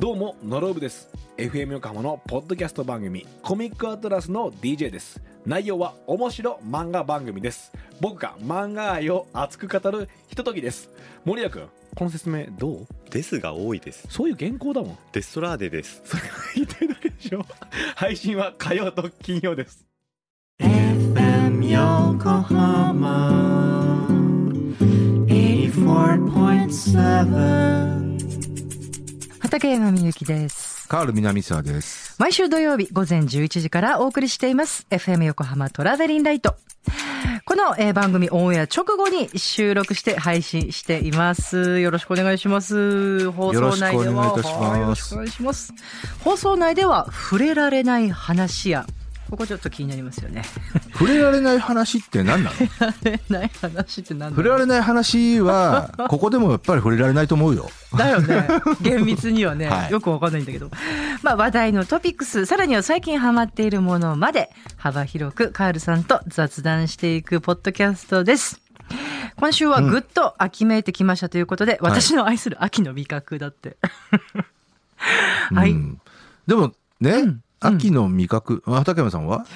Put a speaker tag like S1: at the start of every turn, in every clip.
S1: どうもノロブです FM 横浜のポッドキャスト番組コミックアトラスの DJ です内容は面白漫画番組です僕が漫画愛を熱く語るひとときです森谷君この説明どう
S2: ですが多いです。
S1: そういう原稿だもん
S2: デストラーデです。
S1: それが言ってるだけでしょ配信は火曜と金曜です
S3: FM Yokohama 84.7
S4: 畠山みゆきです。
S5: カール南沢です。
S4: 毎週土曜日午前11時からお送りしています。FM 横浜トラベリンライト。この、えー番組オンエア直後に収録して配信しています。よろしくお願いします。放送内では。
S5: よろしくお願いいたします
S4: はいよろしくお願いします。放送内では触れられない話や、ここちょっと気になりますよね。
S5: 触れられない話って何なの
S4: 触れない話って何だ
S5: 触
S4: ろ
S5: れ
S4: う
S5: られない話は、ここでもやっぱり触れられないと思うよ。
S4: だよ ね厳密にはね、
S5: はい
S4: よくわかんないんだけど、まあ、話題のトピックスさらには最近ハマっているものまで幅広くカールさんと雑談していくポッドキャストです。今週はぐっと秋めいてきましたということで、私の愛する秋の味覚だって。 はい、
S5: うんでもね、
S4: うん
S5: 秋の味覚、あ畠山さんは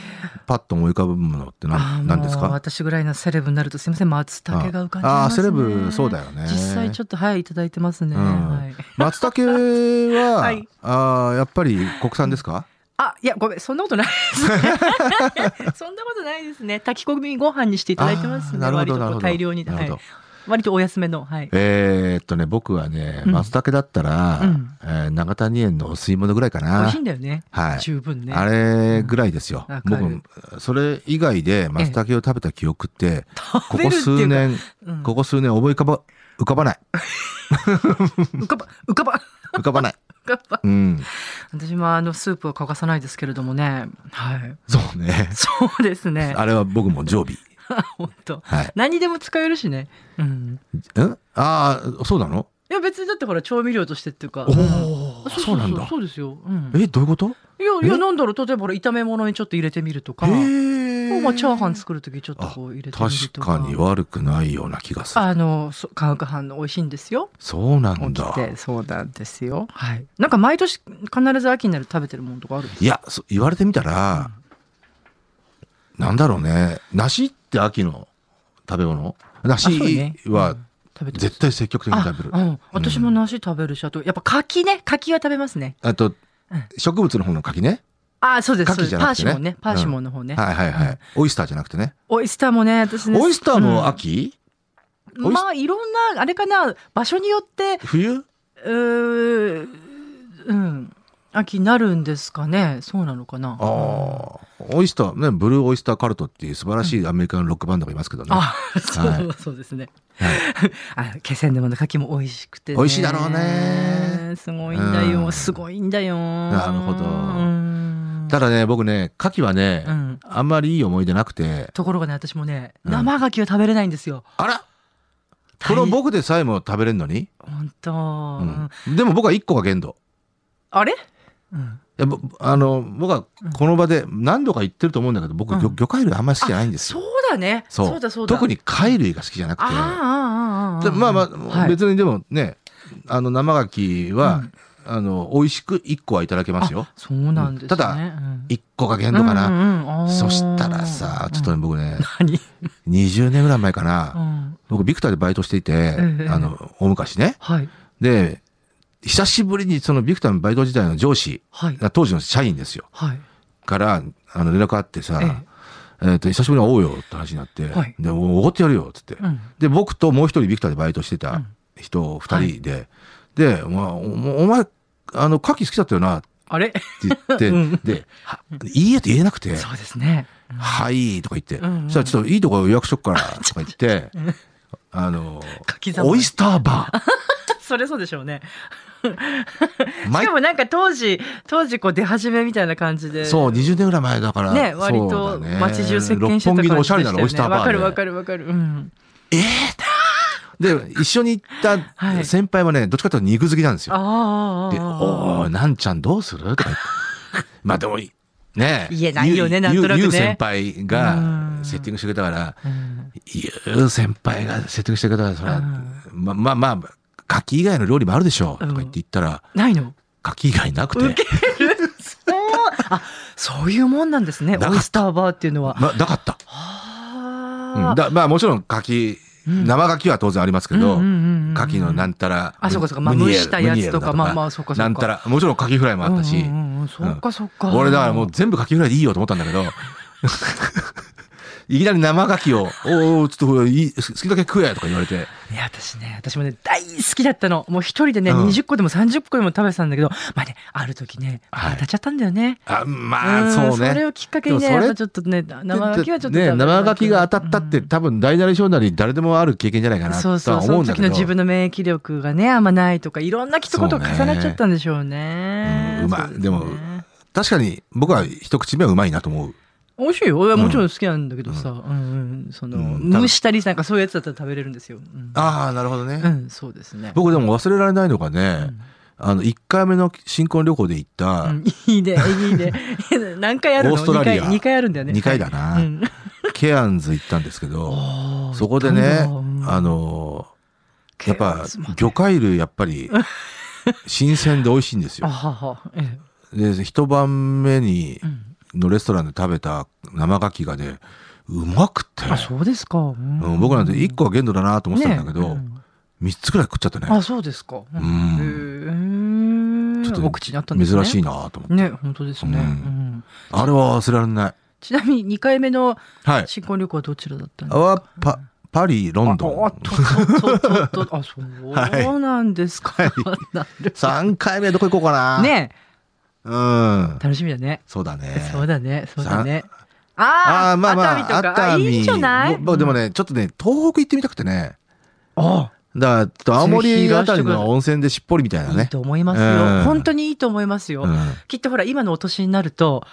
S5: パッと思い浮かぶものって
S4: あ
S5: 何
S4: ー
S5: 何です
S4: もう
S5: か
S4: 私ぐらいのセレブになるとすいません松茸が浮かんでますね。
S5: あーセレブそうだよね
S4: 実際ちょっとはいいただいてますね。
S5: うん
S4: はい、
S5: 松茸は、
S4: はい
S5: あーやっぱり国産ですか
S4: あ、いや、ごめん、そんなことないです ね。そんなことないですね。炊き込みご飯にしていただいてます
S5: あー
S4: ね。
S5: なるほ
S4: 割
S5: ど
S4: と
S5: なる
S4: こ
S5: ほ
S4: う
S5: ど
S4: 大量に、
S5: な
S4: は
S5: るほ
S4: い
S5: ど。
S4: 割とお安めの、はい。
S5: えーっとね僕はね
S4: うん
S5: 松茸だったら、
S4: うん
S5: えー長谷園のお吸い物ぐらいか
S4: 美
S5: な
S4: 味しいんだよね。
S5: はい
S4: 十分ね。
S5: あれぐらいですよ。
S4: うんわかる
S5: 僕、それ以外で松茸を食べた記憶って、こ
S4: べる
S5: こ
S4: っていうか
S5: 数年、
S4: うん
S5: ここ数年思い浮かば、浮かばない。
S4: 浮かば、浮かば、
S5: 浮かばない。
S4: 浮かば。
S5: うん。
S4: 私もあのスープは欠かさないですけれどもね。はい。
S5: そうね。
S4: そうですね。
S5: あれは僕も常備。
S4: 本当。
S5: はい。
S4: 何にでも使えるしね。うん。
S5: んああ、そうなの
S4: いや、別にだってほら、調味料としてっていうか。
S5: お
S4: うん
S5: お、そうなんだ。
S4: そうですよ。うん。
S5: え、どういうこと
S4: いや、いや、
S5: え
S4: なんだろう、例えばほら炒め物にちょっと入れてみるとか。
S5: へえ。
S4: まあ、チャーハン作る時ちょっとこう入れてみる
S5: 確
S4: とか
S5: かに悪くないような気がする。
S4: あのそ化学反応美味しいんですよ
S5: そうな
S4: 起
S5: ん
S4: き
S5: だ。
S4: てそうなんですよはいなんか毎年必ず秋になると食べてるものとかあるんです
S5: いや、そう言われてみたら、なんだろうね。梨って秋の食べ物
S4: あそう
S5: 梨
S4: ねう
S5: は
S4: ん食べてます
S5: 絶対積極的に食べる。
S4: あ、うん、私も
S5: うん
S4: 梨食べるしあとやっぱ柿ね柿は食べますね
S5: あと
S4: うん、
S5: 植物の方の柿ね。
S4: あそうですそう
S5: 柿
S4: です
S5: じゃ
S4: パ
S5: な
S4: ー
S5: くて
S4: シ
S5: ね
S4: モンねパーシモンの方ね、
S5: はいはいは
S4: うん
S5: い。オイスターじゃなくてね。
S4: オイスターもね私ね
S5: オイスター
S4: う
S5: も、
S4: ん
S5: 秋オイス
S4: まあいろんなあれかな場所によって
S5: 冬
S4: うーうん秋になるんですかねそうなのかな
S5: ああ。オイスター、ね、ブルーオイスターカルトっていう素晴らしいアメリカのロックバンドがいますけどね。
S4: あ、そう、
S5: はい
S4: そうですね。あ、気仙沼の牡蠣も美味しくて、ね。
S5: 美味しいだろうね。
S4: すごいんだよ、
S5: うん
S4: すごいんだよ。
S5: なるほ
S4: う
S5: ど
S4: ん
S5: ただね、僕ね、牡蠣はね
S4: う、ん。
S5: あんまりいい思い出なくて、
S4: ところがね、私もね、
S5: うん
S4: 生牡蠣は食べれないんですよ。
S5: あらこの
S4: 大
S5: 僕でさえも食べれんのに、
S4: 本当、
S5: うんでも僕は1個が限度。
S4: あれ、うん、
S5: いやぼあの僕はこの場で何度か言ってると思うんだけど僕、
S4: う
S5: 魚
S4: ん
S5: 魚介類あんまり好きじゃないんです
S4: そう
S5: よ。
S4: だね。そうだそうだ。
S5: 特。に貝類が好きじゃなく
S4: あ
S5: て
S4: あ、ああ、あ
S5: で
S4: あ。
S5: まあまあ、
S4: はい
S5: 別にでもねあの生牡蠣は、あの美味しく1個はいただけますよ
S4: そうなんですね。
S5: ただ
S4: うん
S5: 1個が限度かな、
S4: うんうんあー
S5: そしたらさちょっとね、僕ね
S4: うん何、
S5: 20年ぐらい前かな、
S4: うん、
S5: 僕ビクターでバイトしていて、
S4: ええ
S5: あの大昔ね
S4: はい、
S5: で久しぶりにそのビクターのバイト時代の上司
S4: はい、
S5: 当時の社員ですよ
S4: はい。
S5: からあの連絡あってさ、
S4: え
S5: えーと久しぶりに会おうよって話になって、
S4: はい
S5: でおおごってやるよっつって、
S4: うん
S5: で僕ともう一人ビクターでバイトして
S4: う
S5: た
S4: ん
S5: 人2人で、で、まあ、おお前あの牡蠣好きだったよなって
S4: あれ
S5: 言っ て、
S4: うん
S5: では「いいえ」って言えなくて
S4: そうですね。
S5: 「はい」とか言って、
S4: うんうん
S5: そしたらちょっといいとこ予約しとく からとか言ってあの
S4: 書き
S5: オイスターバー
S4: それそうでしょうね。 し
S5: 毎
S4: かもなんか当時、当時こう出始めみたいな感じで。
S5: そう20年ぐらい前だから
S4: ね、割
S5: そ
S4: と
S5: うだね
S4: 街中席巻してた感
S5: 六本
S4: じ
S5: 木
S4: で
S5: のお
S4: し
S5: しゃ
S4: た
S5: れ
S4: よ
S5: な
S4: ね。
S5: オイスター
S4: わ
S5: バーで
S4: かるわかるわかる。うん。
S5: えー、で一緒に行った先輩もね、どっちかというと肉好きなんですよ。
S4: あ
S5: で「お
S4: あ。
S5: ーなんちゃんどうする?」とか言って まあでもいね
S4: 言えないよね
S5: ゆ
S4: なんとなくね
S5: ゆゆう先輩
S4: うん
S5: がセッティングしてくれたから
S4: うん
S5: ゆう先輩がセッティングしてくれたからそれは
S4: うん
S5: ままあまあ牡蠣以外の料理もあるでしょうとか言って言ったら
S4: ないの
S5: 柿以外なくて、
S4: そうあそういうもんなんですね
S5: なかっ
S4: オ
S5: た
S4: イスターバーっていうのは。
S5: ま、なかった。
S4: は
S5: うん、だまあもちろん柿、
S4: うん
S5: 生柿は当然ありますけど、
S4: うんうんうんうんうん
S5: 柿のなんたら、
S4: あそうかそうかまあ
S5: ムニエ
S4: 蒸
S5: ル
S4: したやつとか
S5: ムニエルだ
S4: まあまあそうかそうか
S5: なんたら、もちろん柿フライもあったし、
S4: うんうんうんうんそっかそっか。
S5: 俺だからもう全部柿フライでいいよと思ったんだけど、 いきなり生柿を、おおちょっとこれいい好きだけ食えとか言われて、
S4: いや私ね私もね大好きだったのもう一人でね、
S5: うん
S4: 20個でも30個でも食べてたんだけどまあねある時ね
S5: はい
S4: 当たっちゃったんだよね、
S5: あ、ま
S4: ん
S5: あそうね。
S4: それをきっかけにね
S5: でもそれ
S4: やっぱちょっとね生ガキはちょっと
S5: ね、生ガキが当たったって、多分大なり小なり誰でもある経験じゃないかなと
S4: そう
S5: は
S4: そうそ
S5: 思う
S4: の
S5: んだ
S4: 時
S5: け
S4: の
S5: ど
S4: 自分の免疫力がねあんまないとかいろんなきっとことが重なっちゃったんでしょうね
S5: そうねうんうまい
S4: そす
S5: でも確かに僕は一口目はうまいなと思う
S4: 美味しいよ俺はもちろん好きなんだけどさ、うんうんその
S5: うんただ
S4: 蒸したりなんかそういうやつだったら食べれるんですよ、うん、
S5: ああなるほどね、
S4: うんそうですね
S5: 僕でも忘れられないのがね、
S4: ん
S5: あの1回目の新婚旅行で行った、
S4: うんいいねいいね 何回あるの
S5: オーストラリア
S4: 2回二回あるんだよね
S5: 2回だな、
S4: うん
S5: ケアンズ行ったんですけど
S4: あー
S5: そこで
S4: いた
S5: ね、
S4: んだ
S5: あのーやっ
S4: ケア
S5: ぱ
S4: ンズまで
S5: 魚介類やっぱ り新鮮で美味しいんです
S4: あ
S5: よ。
S4: はは、え
S5: で一晩目に
S4: えうん
S5: のレストランで食べた生牡蠣がねうまくて、
S4: あそうですか、う
S5: うん僕なんて1個は限度だなと思ってたんだけど、
S4: ね
S5: 3つぐらい食っちゃった
S4: うん
S5: ね
S4: あそうですか、
S5: う
S4: へ
S5: ん
S4: ー
S5: ちょっと
S4: お口にあったんですね
S5: 珍しいなと思って
S4: ね本当ですね、
S5: うん
S4: うん
S5: あれは忘れられない
S4: ちなみに二回目の
S5: はい
S4: 新婚旅行はどちらだったんですか
S5: はパパリロンド
S4: ああ
S5: ン
S4: ととととと あそうなんですか、 なる
S5: 3回目どこ行こうかな
S4: ね
S5: うん
S4: え楽しみだね、
S5: そうだね
S4: そうだねそうだねあ
S5: あ
S4: あ
S5: ーまあま
S4: 熱海と
S5: あ
S4: かあいいんじゃない
S5: ももうでもねちょっとね東北行ってみたくてね
S4: あ
S5: だからちょっと青森あたりの温泉でしっぽりみたいない
S4: い
S5: ね
S4: と思いますよ、
S5: うん
S4: 本当にいいと思いますよ、
S5: うん
S4: きっとほら今のお年になると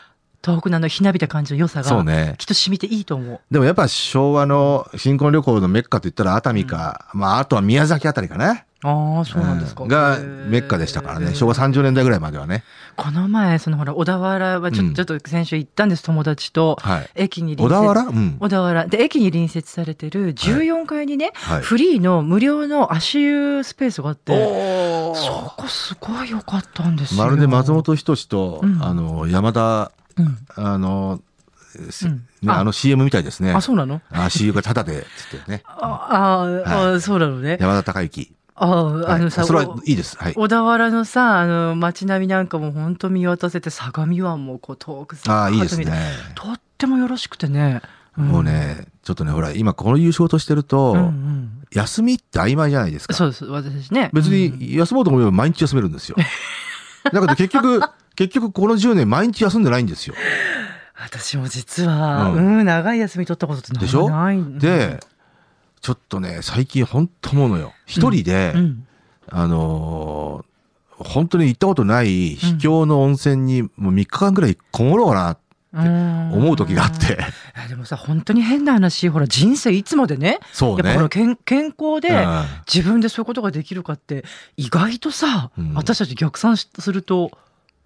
S4: 東北のあのひなびた感じの良さ
S5: そう
S4: が、
S5: ね
S4: きっと染みていいと思う
S5: でもやっぱ昭和の新婚旅行のメッカといったら熱海か、まああとは宮崎あたりかね
S4: ああそうなんですか、
S5: うん
S4: へ
S5: が
S4: ー
S5: メッカでしたからね昭和30年代ぐらいまではね
S4: この前そのほら小田原はちょ,、
S5: うん
S4: ちょっと先週行ったんです友達と
S5: はい
S4: 駅に
S5: 小
S4: 隣接
S5: 田原うん
S4: 小田原で駅に隣接されてる14階にね、
S5: はい
S4: フリーの無料の足湯スペースがあって
S5: おー
S4: そこすごい良かったんですよ
S5: まるで松本人志と、
S4: うん
S5: あの山田
S4: うん
S5: あの、せ
S4: うん
S5: ね、
S4: あ
S5: あの CM みたいですね。
S4: あそうなの
S5: あ CM がタダでっつってね。
S4: ああ、
S5: は
S4: あそうなのね
S5: 山田孝之。
S4: あああ
S5: は
S4: の
S5: い、
S4: さ、
S5: それはいいです。はい。
S4: 小田原のさあの街並みなんかも本当見渡せて相模湾もこう遠く
S5: あ
S4: さ
S5: あいいですね
S4: 見。てとってもよろしくてね、ん
S5: もうねちょっとねほら今こういう仕事してると、
S4: うんうん
S5: 休みって曖昧じゃないですか。
S4: そうです私たちね
S5: 別に休もうと思えば毎日休める んですよ。だけど結局結局この10年毎日休んでないんですよ。
S4: 私も実は、う、
S5: うん
S4: 長い休み取ったことってな
S5: でしょ
S4: ないん
S5: でちょっとね最近本当思うのよ。一人で、
S4: うん、
S5: あのー本当に行ったことない秘境の温泉にもう3日間ぐらいこもろうかな思う時があっ
S4: い
S5: て、
S4: やでもさ本当に変な話ほら人生いつまでね
S5: そう
S4: やっぱ
S5: ね
S4: ほ。ら健健康で、
S5: うん
S4: 自分でそういうことができるかって意外とさ、
S5: うん
S4: 私たち逆算しすると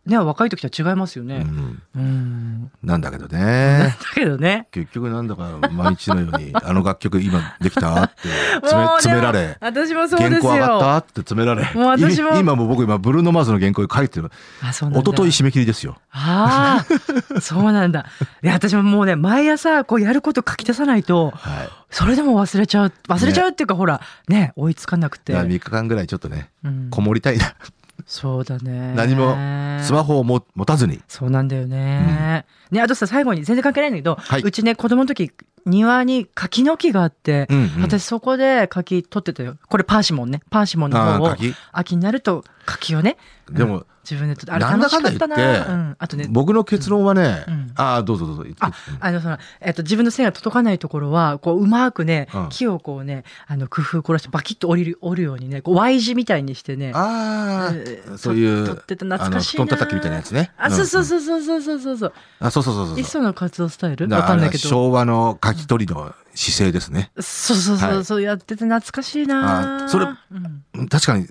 S4: ね若い時とは違いますよ
S5: う
S4: ね。
S5: ん
S4: うん、
S5: なんだけど
S4: だ
S5: ね。
S4: けどね
S5: 結局なんだか毎日のよう に、あの楽曲今できたって詰
S4: も
S5: め
S4: う
S5: 詰めら
S4: でも
S5: れ、
S4: 私もそう
S5: 原
S4: です
S5: 稿上がっ
S4: よ。
S5: たって詰められ、
S4: もう私も
S5: い今もう僕今ブルーノ・マーズの原稿書いてる。
S4: あ、そうなん
S5: 一
S4: だ
S5: 昨日締め切りですよ。
S4: ああ、そうなんだ。いや、私ももうね、毎朝こうやること書き出さないと、
S5: はい。
S4: それでも忘れちゃう、忘れちゃうっていうか、ほら、ね、追いつかなくて。
S5: 3日間ぐらいちょっとね、
S4: うん
S5: こもりたいな。
S4: そうだね。
S5: 何もスマホをも持たずに。
S4: そうなんだよね。ね、あとさ、最後に全然関係ないんだけど、
S5: はいう
S4: ちね、子供の時、庭に柿の木があって、
S5: うんうん
S4: 私そこで柿取ってたよ。これパーシモンね。パーシモンの方
S5: ああ、
S4: を、
S5: 鍵。
S4: 秋になると柿をね、
S5: でも、
S4: 自分で取って、あれ
S5: なん
S4: 楽
S5: だ
S4: し
S5: かん
S4: か
S5: だ
S4: っ
S5: 言
S4: たな。
S5: って
S4: うん、あとね、
S5: 僕の結論はね
S4: うん、
S5: ああ、どうぞどうぞ。言って
S4: ああのそのえっと自分の背が届かないところはこううまくね、
S5: うん
S4: 木をこうねあの工夫を凝らしてバキッと折りる折るようにねこう Y 字みたいにしてね
S5: あ
S4: えー
S5: あ、そういう、
S4: と取ってた懐かしいな
S5: あの布団叩きみたいなやつね。
S4: あそうそう
S5: う。
S4: そうそうそうそうそうそうん
S5: あ、そうそうそうそうそう。
S4: 磯野活動スタイル
S5: だ
S4: わ
S5: から
S4: か
S5: あ
S4: ん
S5: れ
S4: ない
S5: は
S4: けど
S5: 昭和の書き取りの姿勢ですね。
S4: そうそうそう、
S5: はい
S4: そうやってて懐かしいな
S5: あそれ
S4: うん
S5: 確かに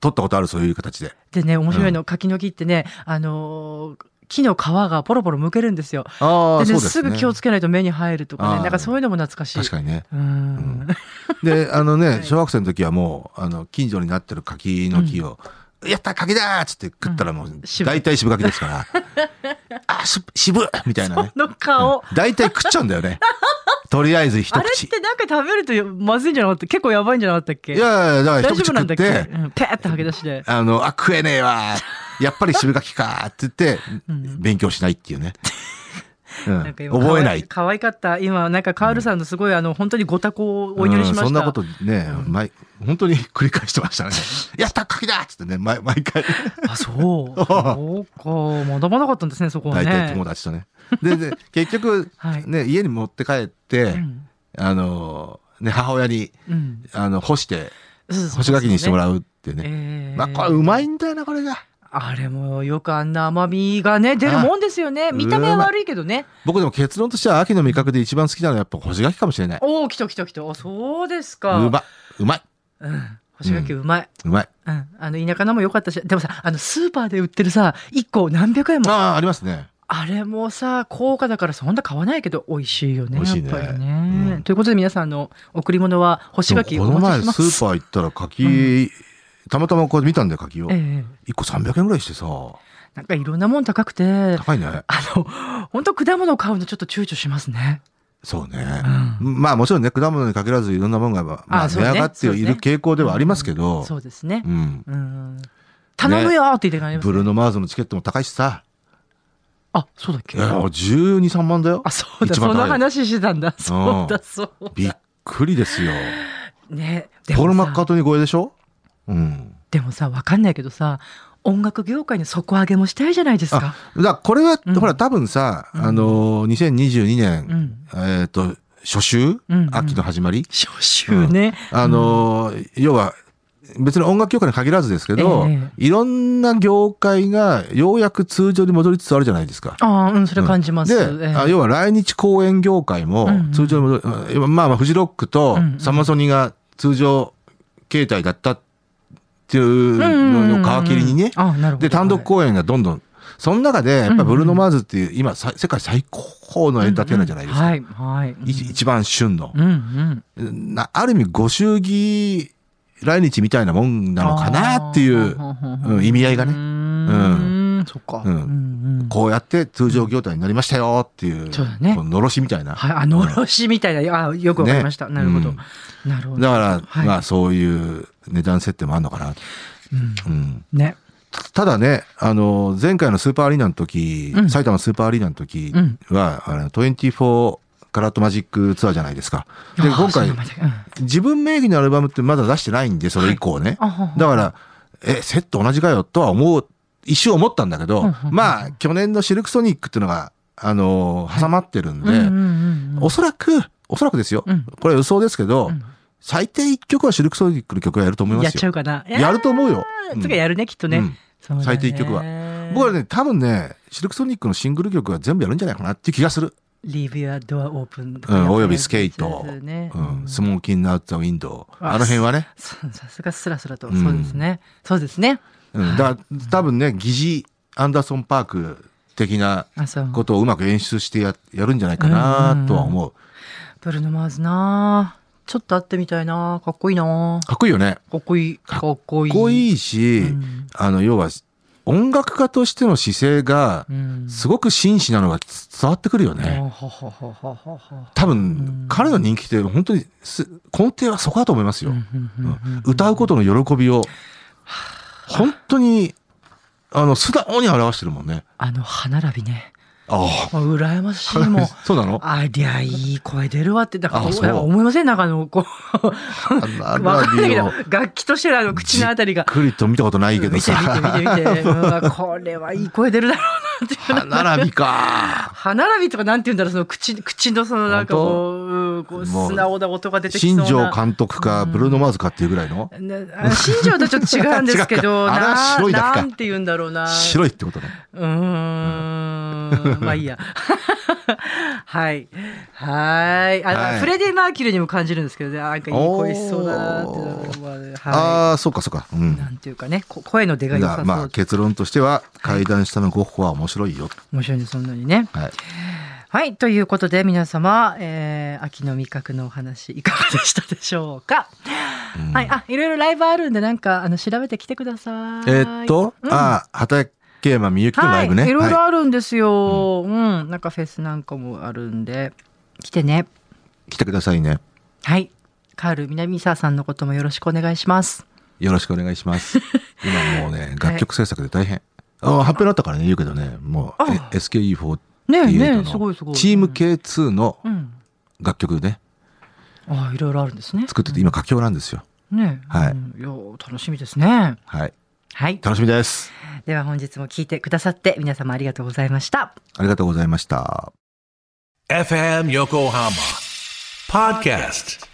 S5: 取ったことあるそういう形で。
S4: でね面白いの、柿の木ってねあのー木の皮がポロポロむけるんですよ。
S5: あ
S4: で,、ねすぐ気をつけないと目に入るとか
S5: あ
S4: ね、
S5: ー
S4: なんかそういうのも懐かしい。
S5: 確かにね。
S4: うん。
S5: で、あの
S4: は
S5: ね
S4: い、
S5: 小学生の時はもう、あの、近所になってる柿の木をやったかけだーっつって食ったらもう、
S4: 渋
S5: 大体渋かけで すから。あ、し、渋っみたいなね。
S4: の顔。
S5: 大体食っちゃうんだ よね。とりあえず一
S4: あれっ
S5: 口。
S4: てなんか食べるとまずいんじゃなかった結構やばいんじゃなかったっけ
S5: いやいや、だから
S4: 大
S5: 一
S4: 丈
S5: 口
S4: 夫な
S5: 食
S4: んだ
S5: っ
S4: っけ、
S5: て、
S4: うん、ペーって吐き出して。
S5: あの、あ、食えねえわー。やっぱり渋柿かーって言って、
S4: ん
S5: 勉強しないっていう ね。うん、
S4: なんか今
S5: 覚えない。
S4: 可愛かった。今、なんかカールさんのすごい、あの、本当にご多幸をお祈りしました。
S5: うんそんなことね、
S4: うん
S5: 毎本当に 繰り返してましたね。やった柿だっつってね、毎毎回。
S4: あ、 そう。そうか。学ばなかったんですね、そこは
S5: 大
S4: ね。
S5: 体友達とね。で、で結局、
S4: はい
S5: ね、家に持って帰って、
S4: うん
S5: あの、ね、母親に、
S4: うん。
S5: あの、干して、
S4: そうそうそう
S5: 干し柿にしてもらうってね。
S4: ええ
S5: まあ、これうまいんだよな、これが。
S4: あれもよくあんな甘みがね、出るもんですよね。
S5: い
S4: 見た目は悪いけどね。
S5: 僕でも結論としては秋の味覚で一番好きなのはやっぱ干し柿かもしれない。
S4: おお、来た来た来た。あ、そうですか。
S5: うま、うまい、
S4: うん。干し柿うまい。
S5: うまい。
S4: うん。あの、田舎のも良かったし、でもさ、あの、スーパーで売ってるさ、1個何百円も。
S5: ああ、ありますね。
S4: あれもさ、高価だからそんな買わないけど、美味しいよね。
S5: 美味しいね
S4: やっぱり
S5: う
S4: ね。
S5: ん
S4: ということで皆さんあの贈り物は干し柿
S5: でも
S4: お
S5: この
S4: 待
S5: 前
S4: ちします。
S5: スーパー行ったら柿、たまたまこうやって見たんだよ、柿を。
S4: ええ
S5: 一個300円ぐらいしてさ、
S4: なんかいろんなもん高くて、
S5: 高いね。
S4: あの、本当果物を買うのちょっと躊躇しますね。
S5: そうね。まあもちろんね、果物に限らずいろんなものが、ま
S4: あ
S5: あ、
S4: そ
S5: 値
S4: うね
S5: 上がっている傾向ではありますけど、
S4: そうですね
S5: う。ん。
S4: うん。頼むよーって言って感じます
S5: ブ
S4: ね
S5: ルーノ・マーズのチケットも高いしさ、
S4: あ、そうだっけ
S5: いや、12、3万だよ
S4: あ、。そうだ、
S5: 一
S4: そ
S5: 番高い
S4: の話してたんだ。そうだ、そう。
S5: びっくりですよ。
S4: ね。で
S5: ポール・マッ
S4: も
S5: カー
S4: さ、
S5: トニー超えでしょうん。
S4: でもさ、わかんないけどさ、音楽業界の底上げもしたいじゃないですか。
S5: だからこれは、
S4: うん
S5: ほら多分さ、
S4: うん
S5: あのー、2022年、
S4: うん
S5: えっ、と、初秋、
S4: うん
S5: 秋の始まり、
S4: 初秋ね。
S5: あのー要は、別に音楽業界に限らずですけど、
S4: ええ
S5: いろんな業界がようやく通常に戻りつつあるじゃないですか。
S4: ああ、うん、それ感じます。
S5: で、
S4: ええ
S5: あ要は来日公演業界も
S4: うんうん
S5: 通常に戻り、今まあまあフジロックと
S4: うんうん
S5: サマソニが通常形態だったってい
S4: うんうんうんう
S5: うんのを皮切りにね、
S4: あなるほど
S5: で、単独公演がどんどん、その中で、やっぱブルーノ・マーズっていう、今、さ世界最高のエンターテイナーじゃないですか。
S4: はい、はい。
S5: い一番旬の
S4: う。んうん。
S5: なある意味、ご祝儀来日みたいなもんなのかなっていう、うん意味合いがね
S4: うーん、そっか。
S5: うん
S4: んうん
S5: こうやって通常業態になりましたよっていう、
S4: そうだね
S5: こうのろしみたいな。
S4: はい、あのろしみたいな、あよくわかりました。
S5: ね
S4: なるほど
S5: うん。
S4: なるほど。
S5: だから、
S4: はい
S5: まあ、そういう値段設定もあるのかな。
S4: うん
S5: うん
S4: ね。
S5: たただね、あの、前回のスーパーアリーナの時、
S4: うん
S5: 埼玉スーパーアリーナの時
S4: うん
S5: は、あの、24カラットマジックツアーじゃないですか。で、
S4: あー
S5: 今
S4: そ
S5: 回
S4: う、までうん
S5: 自分名義のアルバムってまだ出してないんで、それ以降ね。
S4: あほうほう
S5: だから、え、セット同じかよとは思う、一瞬思ったんだけど
S4: うんうんうん、
S5: まあ、去年のシルクソニックっていうのが、あのー、挟まってる
S4: う
S5: ん
S4: んうん
S5: で、
S4: うんうん
S5: おそらく、おそらくですよ
S4: うん。
S5: これ予想ですけど
S4: うん、
S5: 最低1曲はシルクソニックの曲をやると思いま
S4: やっ
S5: す
S4: ちゃ
S5: よ
S4: う。かな。
S5: やると思うよ。うん
S4: つかやるね、きっと
S5: う
S4: ね
S5: ん。
S4: そうだね
S5: 最低一曲は。僕はね、多分ね、シルクソニックのシングル曲は全部やるんじゃないかなっていう気がする。
S4: Leave Your Door Open と
S5: う
S4: かやっ
S5: ん、
S4: ぱり
S5: およびスケート、
S4: そうですね
S5: うん、
S4: うん
S5: スモーキングアウトウィンドウ、あの辺はね。
S4: そうさすがスラスラと、
S5: うん
S4: そうですねそうですね
S5: うん、だから多分ね、疑似アンダーソン・パーク的な
S4: あそう
S5: ことをうまく演出してややるんじゃないかなとは思う。
S4: ブルーノ・マーズなあちょっと会ってみたいなかっこいいな
S5: かっこいいよね。
S4: かっこいいかっこいい
S5: かっこ
S4: い、
S5: いいし、
S4: うん
S5: あの、要は、音楽家としての姿勢が
S4: う、ん、
S5: すごく真摯なのが伝わってくるよね。
S4: あほほほほほほ
S5: 多分、
S4: ん
S5: 彼の人気って本当にす根底はそこだと思いますよ、
S4: うんうんうんうん
S5: うん歌うことの喜びを本当にあの素直に表してるもんね
S4: あの歯並びね
S5: あ
S4: もう羨まし
S5: あ
S4: いもん
S5: そうなの
S4: ありゃいい声出るわってだから
S5: あそう
S4: 思いませんなんかあのこう
S5: あ
S4: わかんないけど
S5: じっ
S4: 楽器としてのあの口のあたりが
S5: くりと見たことないけど
S4: 見て
S5: さ
S4: 見て見て見て、うんあこれはいい声出るだろうなっていう
S5: 歯並びか
S4: 歯並びとかなんて言うんだろうその口口のそのなんかこううんこう
S5: もう
S4: 素直な音が 出てきそう
S5: 新
S4: な
S5: 庄監督かブルーノ・マーズかっていうぐらいの
S4: なあ新庄とはちょっと違うんですけ
S5: 違
S4: ど
S5: うかあれは
S4: な
S5: 白いだけか
S4: なんて言うんだろうな
S5: 白いってことね
S4: うーんまあいい やはいはーいあの、
S5: はい
S4: フレディ・マーキュリーにも感じるんですけどねなんかいい声しそうだなっていうのがは
S5: ああそうかそうかうん
S4: いなんていうかねこ声の出が
S5: だ
S4: 良
S5: か
S4: さ
S5: ら
S4: そう、
S5: まあ結論としては階段下のゴッホは面白いよ
S4: 面白いねそんなにね
S5: はい
S4: はい。ということで、皆様、えー、秋の味覚のお話、いかがでしたでしょうか
S5: うん
S4: はい、あ、いろいろライブあるんで、なんか、あの、調べてきてください。
S5: えーっと、
S4: うん
S5: ああ、畠山みゆきの
S4: は
S5: ラ
S4: い、
S5: イブね。
S4: いろいろ
S5: は
S4: あるんですよ、うん。なんかフェスなんかもあるんで、来てね。
S5: い来てくださいね。
S4: はい。カール南沢さんのこともよろしくお願いします。
S5: よろしくお願い します。今もうね、楽曲制作で大変。あ発表だったからね、言うけどね、もう
S4: あ、
S5: え SKE48
S4: ねえねえ、すご
S5: の
S4: いすごい。
S5: チーム K2 の
S4: うん。
S5: 楽曲ね、
S4: ああ、いろいろあるんですね。
S5: 作ってて、今佳境なんですよ。
S4: ねえ。
S5: はい
S4: うんいや、楽しみですね。
S5: はい。
S4: はい。
S5: 楽しみです。
S4: では本日も聞いてくださって皆様ありがとうございました。
S5: ありがとうございました。
S6: FM Yokohama Podcast.